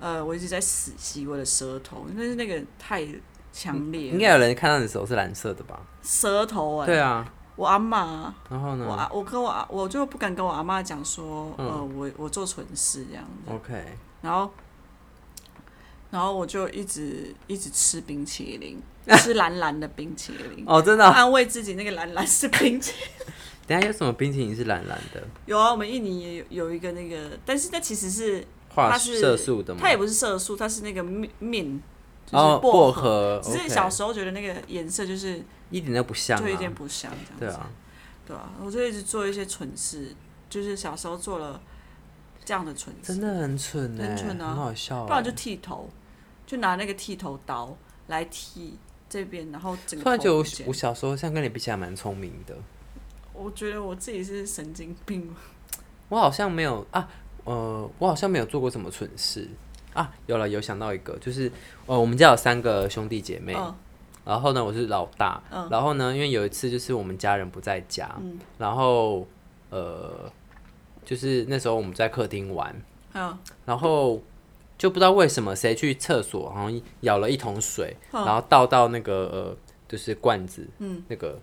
呃，我一直在死吸我的舌头，但是那个太强烈了，
嗯应该有人看到你手是蓝色的吧？
舌头哎、
对啊。
我阿妈啊、
然后
我
呢
阿我跟我阿我就不敢跟我阿妈讲说，
嗯
呃，我我做蠢事这样子。
？OK，
然后，然后我就一直一直吃冰淇
*laughs*
淋，吃蓝蓝的冰淇淋，
哦，真的哦。
安慰自己那个蓝蓝是冰淇淋。 *laughs*
等一下有什么冰淇淋是蓝蓝的？
有啊，我们印尼也有有一个那个，但是那其实是
化
它是
色素的吗？
它也不是色素，它是那个面面，就是
哦，
薄
薄荷，
只是
OK
小时候觉得那个颜色就是
一点都不像
就有点
啊。
不像这样子。
对啊，
对啊，我就一直做一些蠢事，就是小时候做了这样的蠢事，
真的很蠢哎，
很蠢啊
很好笑欸。
不然就剃头，就拿那个剃头刀来剃这边，然后整个
突然觉得
头
我
不见
我小时候像跟你比起来蛮聪明的，
我觉得我自己是神经
*laughs*
病，
我好像没有啊，呃，我好像没有做过什么蠢事啊。有了，有想到一个，就是呃，我们家有三个兄弟姐妹，
嗯
然后呢，我是老大，然后呢，因为有一次就是我们家人不在家，然后呃，就是那时候我们在客厅玩，
嗯，
然后就不知道为什么谁去厕所，好像舀了一桶水，然后倒到那个、呃、就是罐子，嗯，那个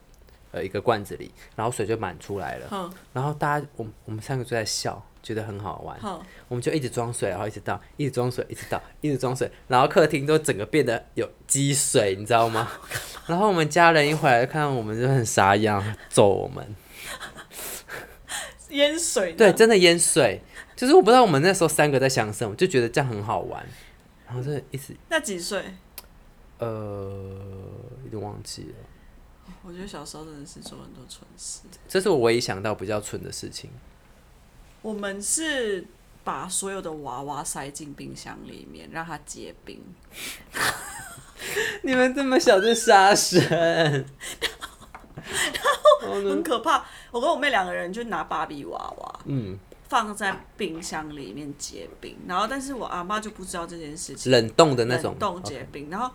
呃一个罐子里，然后水就满出来了。
嗯
然后大家，我们我们三个就在笑，觉得很好玩，
好，
我们就一直装水，然后一直倒，一直装水，一直倒，一直装水，然后客厅都整个变得有积水，你知道吗？然后我们家人一回来看我们就很傻一样，揍我们。
淹水
对，
的，
真的淹水，就是我不知道我们那时候三个在想什么，就觉得这样很好玩，然后就一直
那几岁？
呃，有点忘记了。
我觉得小时候真的是做很多蠢事。
这是我唯一想到比较蠢的事情。
我们是把所有的娃娃塞进冰箱里面，让它结冰。
你们这么小就杀生？哦
很可怕。我跟我妹两个人就拿芭比娃娃
嗯，
放在冰箱里面结冰，然后但是我阿妈就不知道这件事情，
冷冻的那种哦
冷。冻结冰，然后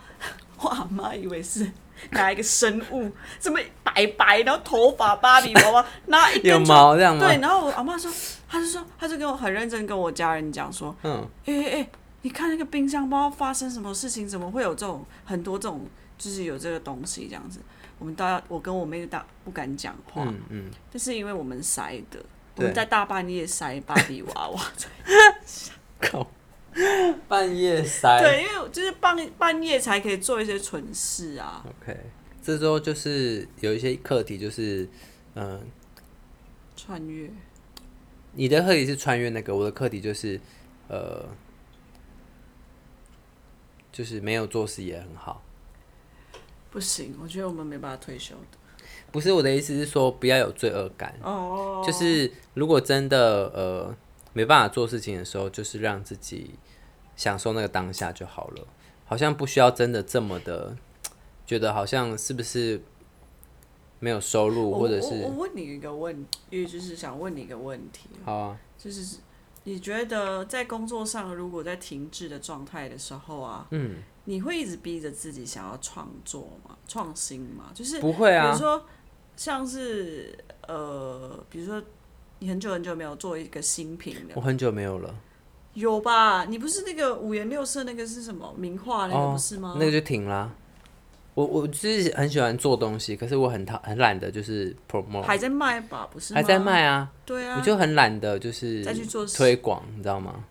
我阿妈以为是拿一个生物，这么白白，然后头发芭比娃娃，拿一
有
根就。
毛这样吗？嗯
对，然后我阿妈说，她就说，她就跟我很认真跟我家人讲说，
嗯，
哎哎哎，你看那个冰箱包发生什么事情，怎么会有这种很多这种，就是有这个东西这样子。我们大家，我跟我妹就大不敢讲话，
嗯嗯，
但是因为我们塞的，我
对
们在大半夜塞芭比娃娃，
靠，半夜塞。
对，因为就是半半夜才可以做一些蠢事啊。
OK，这周就是有一些课题，就是嗯、呃
穿越
你的课题是穿越那个，我的课题就是呃，就是没有做事也很好。
不行，我觉得我们没办法退休的。
不是我的意思是说不要有罪恶感。
哦，
就是如果真的呃没办法做事情的时候，就是让自己享受那个当下就好了，好像不需要真的这么的觉得好像是不是没有收入
哦我
或者
我
是
我问你一个问，也就是想问你一个问题，
好啊，
就是你觉得在工作上如果在停滞的状态的时候啊，
嗯，
你会一直逼着自己想要创作吗？创新吗？就是
不会
比如
啊，
说像是呃，比如说你很久很久没有做一个新品
我
了，
很久没有了，
有吧？你不是那个五颜六色那个是什么名画那个
哦
不是吗？
那个就停啦。我我就是很喜欢做东西，可是我很讨很懒得就是 promote，
还在卖吧？不是吗
还在？卖啊，
对啊，
我就很懒得就是
再去做事
推广，你知道吗？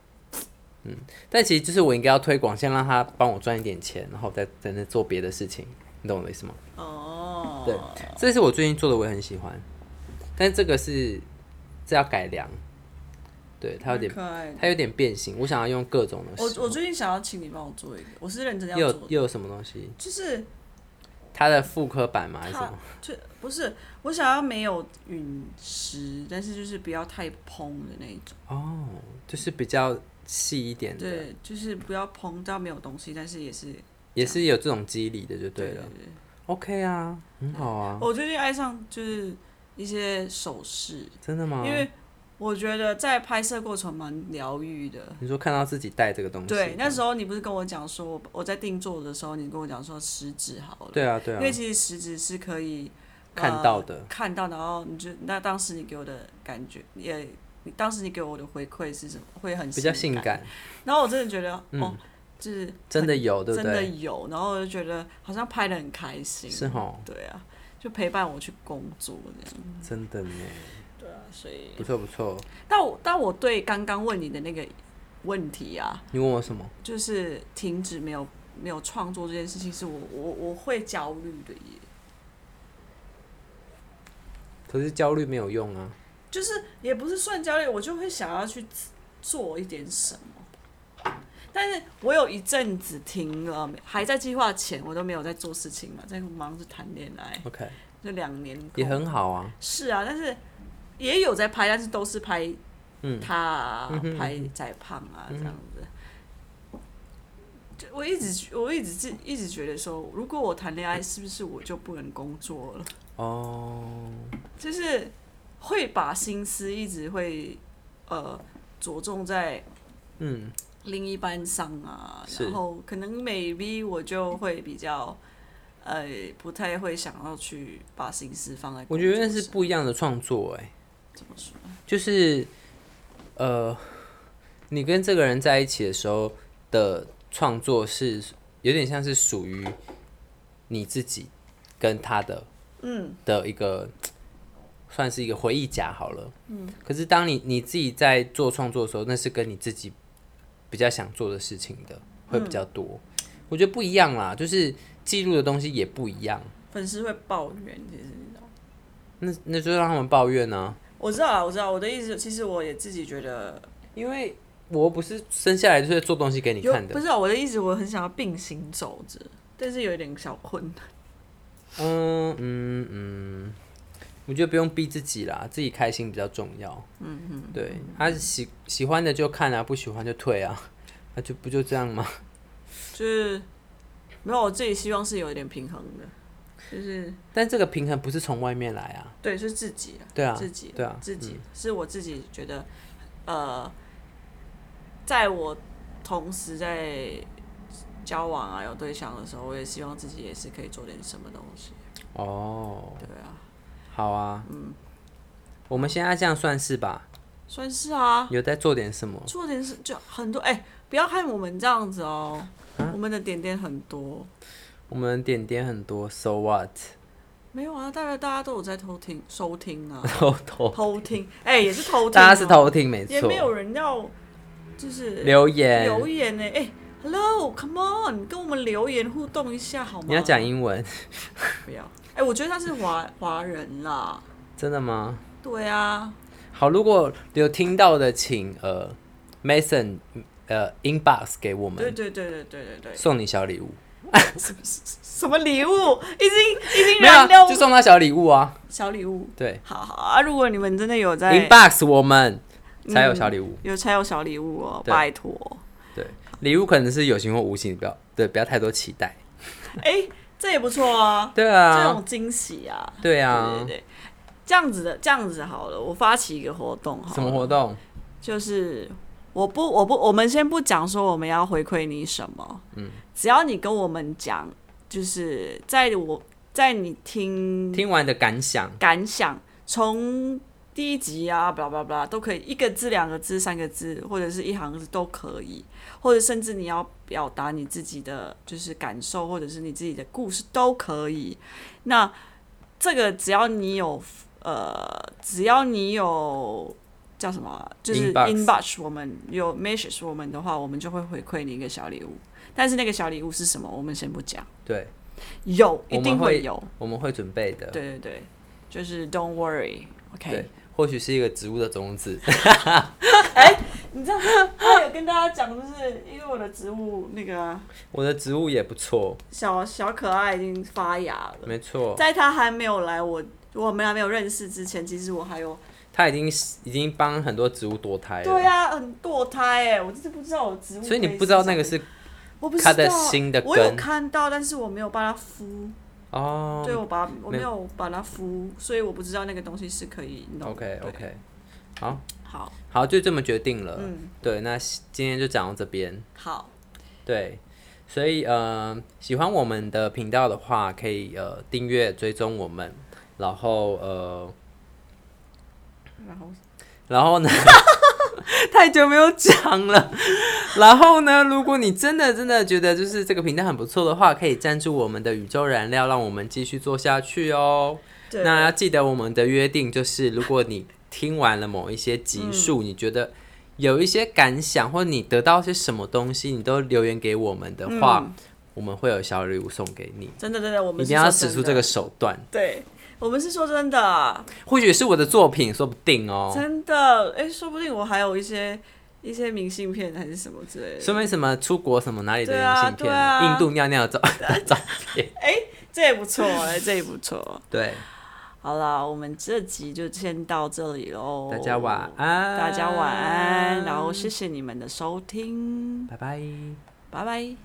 嗯，但其实就是我应该要推广，先让他帮我赚一点钱，然后再再那做别的事情，你懂我的意思吗？
哦，
对，这是我最近做的，我也很喜欢，但这个是这要改良，对，它有点
蛮可爱的。
它有点变形，我想要用各种的
我
食物，
我最近想要请你帮我做一个，我是认真要
又有
做的，
又有什么东西？
就是
它的复刻版吗？还是什
它
么？
就不是我想要没有陨石，但是就是不要太蓬的那一种，
哦，就是比较细一点的，
对，就是不要蓬到没有东西，但是也是
也是有这种肌理的就对了。
对
OK 啊，很好啊，
我最近爱上就是一些首饰，
真的吗？
因为我觉得在拍摄过程蛮疗愈的。
你说看到自己带这个东西，
对，那时候你不是跟我讲说，我在定做的时候，你跟我讲说食指好了，
对啊对
因为
啊，
其实食指是可以
看到的
呃看到，然后你就那当时你给我的感觉也。你当时你给我的回馈是什么？会很
比较性
感。
感，
然后我真的觉得，
嗯
哦，就是
真的有对不
真的
对？
有，然后我就觉得好像拍的很开心。
是吼，
对啊，就陪伴我去工作这样。
真的呢，
对啊，所以
不错不错。
但我但我对刚刚问你的那个问题啊，
你问我什么？
就是停止没有没有创作这件事情，是我我我会焦虑的耶。
可是焦虑没有用啊，
就是也不是算焦虑，我就会想要去做一点什么。但是我有一阵子停了，还在计划前，我都没有在做事情嘛，在忙着谈恋爱，
，OK，
就两年
也很好啊，
是啊，但是也有在拍，但是都是拍
嗯
他、啊
嗯哼
拍宰胖啊这样子。就我一直我一直是一直觉得说，如果我谈恋爱，是不是我就不能工作了？
哦，
就是会把心思一直会呃着重在
嗯，
另一半上啊，
是
然后可能 maybe 我就会比较呃不太会想要去把心思放在
我
工作
觉
上。
得那是不一样的创作哎、
怎么说？
就是呃，你跟这个人在一起的时候的创作是有点像是属于你自己跟他的，嗯，的一个算是一个回忆夹好了。嗯。可是当你你自己在做创作的时候，那是跟你自己比较想做的事情的会比较多。
嗯
我觉得不一样啦，就是记录的东西也不一样。
粉丝会抱怨，其实你知道吗。
那那就让他们抱怨呢、
我知道啊，我知道，我的意思，其实我也自己觉得
因为我不是生下来就是做东西给你
有
看，的
不。是、啊、我的意思，我很想要并行走着，但是有一点小困难。
嗯嗯嗯，我觉得不用逼自己啦，自己开心比较重要。嗯嗯，对，他、喜喜欢的就看啊，不喜欢就退啊， *laughs* 那、就不就这样吗？
就是没有，我自己希望是有一点平衡的，就是
但这个平衡不是从外面来啊，
对，是自己啊，
对啊
自己，
对啊
自己、是我自己觉得，呃，在我同时在交往啊有对象的时候，我也希望自己也是可以做点什么东西，
哦，
对啊，
好啊，嗯，我们现在这样算是吧，
算是啊，
有在做点什么？
做点是就很多，哎、不要看我们这样子哦，
啊
我们的点点很多，
我们点点很多，so what？，
没有啊，大概大家都有在偷听收听啊
*laughs* 偷偷，
*laughs* 偷听，哎、也是偷听、
大家是。偷听没
也
错，
没有人要，就是
留言，
留言呢、哎、h e l l o c o m e on，跟我们留言互动一下好吗？
你要讲英文，
不要？哎、我觉得他是华华人啦，
真的吗？
对啊，
好，如果有听到的，请呃 Mason 呃 inbox 给我
对
们，
对对对对对对，
送你小礼物，
什么礼物？已经已经
没有
燃
啊
料
就送他小礼物啊。
小礼物，
对
好好啊！如果你们真的有在嗯
，inbox 我们才有小礼物。
有才有小礼物哦，
对
拜托，
对，礼物可能是有形或无形，不要对，不要太多期待。
哎、这也不错啊，
对
这
啊
种，惊喜啊，
对
对对
啊。
对，这样子的这样子好了，我发起一个活动好了，
什么活动？
就是我不我不我们先不讲说我们要回馈你什么，嗯，只要你跟我们讲，就是在我在你听
听完的感想，
感想，从第一集啊，巴拉巴拉巴拉都可以，一个字、两个字、三个字，或者是一行字都可以，或者甚至你要表达你自己的就是感受，或者是你自己的故事都可以。那这个只要你有呃，只要你有叫什么啊，就是
Inbox
inbox 我们有 message 我们的话，我们就会回馈你一个小礼物。但是那个小礼物是什么，我们先不讲，
对，
有一
我
定
们
会有。
我们会准备的。
对对对，就是 Don't worry，OK、
对，或许是一个植物的种子。 *laughs*
你知道他有跟大家讲，就是因为我的植物那个啊
我的植物也不错，
小小可爱已经发芽了，
没错，
在他还没有来我我们还没有认识之前，其实我还有
它已经已经帮很多植物堕胎了。
对啊呀、很堕胎哎，我真是不知道我植物可长，
所以你不知道那个是
我不知道
它的新的
我有
根
看到，但是我没有把它敷，
哦，
对我把我
没
没有把它敷，所以我不知道那个东西是可以弄的。
OK
对
OK，好，
好
好，就这么决定了。
嗯
对，那今天就讲到这边。
好，
对，所以呃，喜欢我们的频道的话，可以呃订阅追踪我们，然后呃，
然后
然后呢， *laughs* 太久没有讲了。然后呢，如果你真的真的觉得就是这个频道很不错的话，可以赞助我们的宇宙燃料，让我们继续做下去哦。
对
那要记得我们的约定就是，如果你听完了某一些集数，
嗯
你觉得有一些感想，或你得到些什么东西，你都留言给我们的话，我们会有小礼物送给你。
真的真嗯的，我们
一
是
定要
说
使出
真
这
的
个，手段，
对我们是说真的。
或许是我的作品，说不定
*laughs*
哦。
真的，哎、说不定我还有一些一些明信片还是什么之类的，
说明什么出国什么哪里的
对
明
啊
信片，
对啊
印度尿尿
*laughs*
的照的照片，
这也不错哎、这也不
*laughs*
错。
对，
好啦，我们这集就先到这里喽，
大家晚，安，
大家晚安，然后谢谢你们的收听，
拜拜。
拜拜。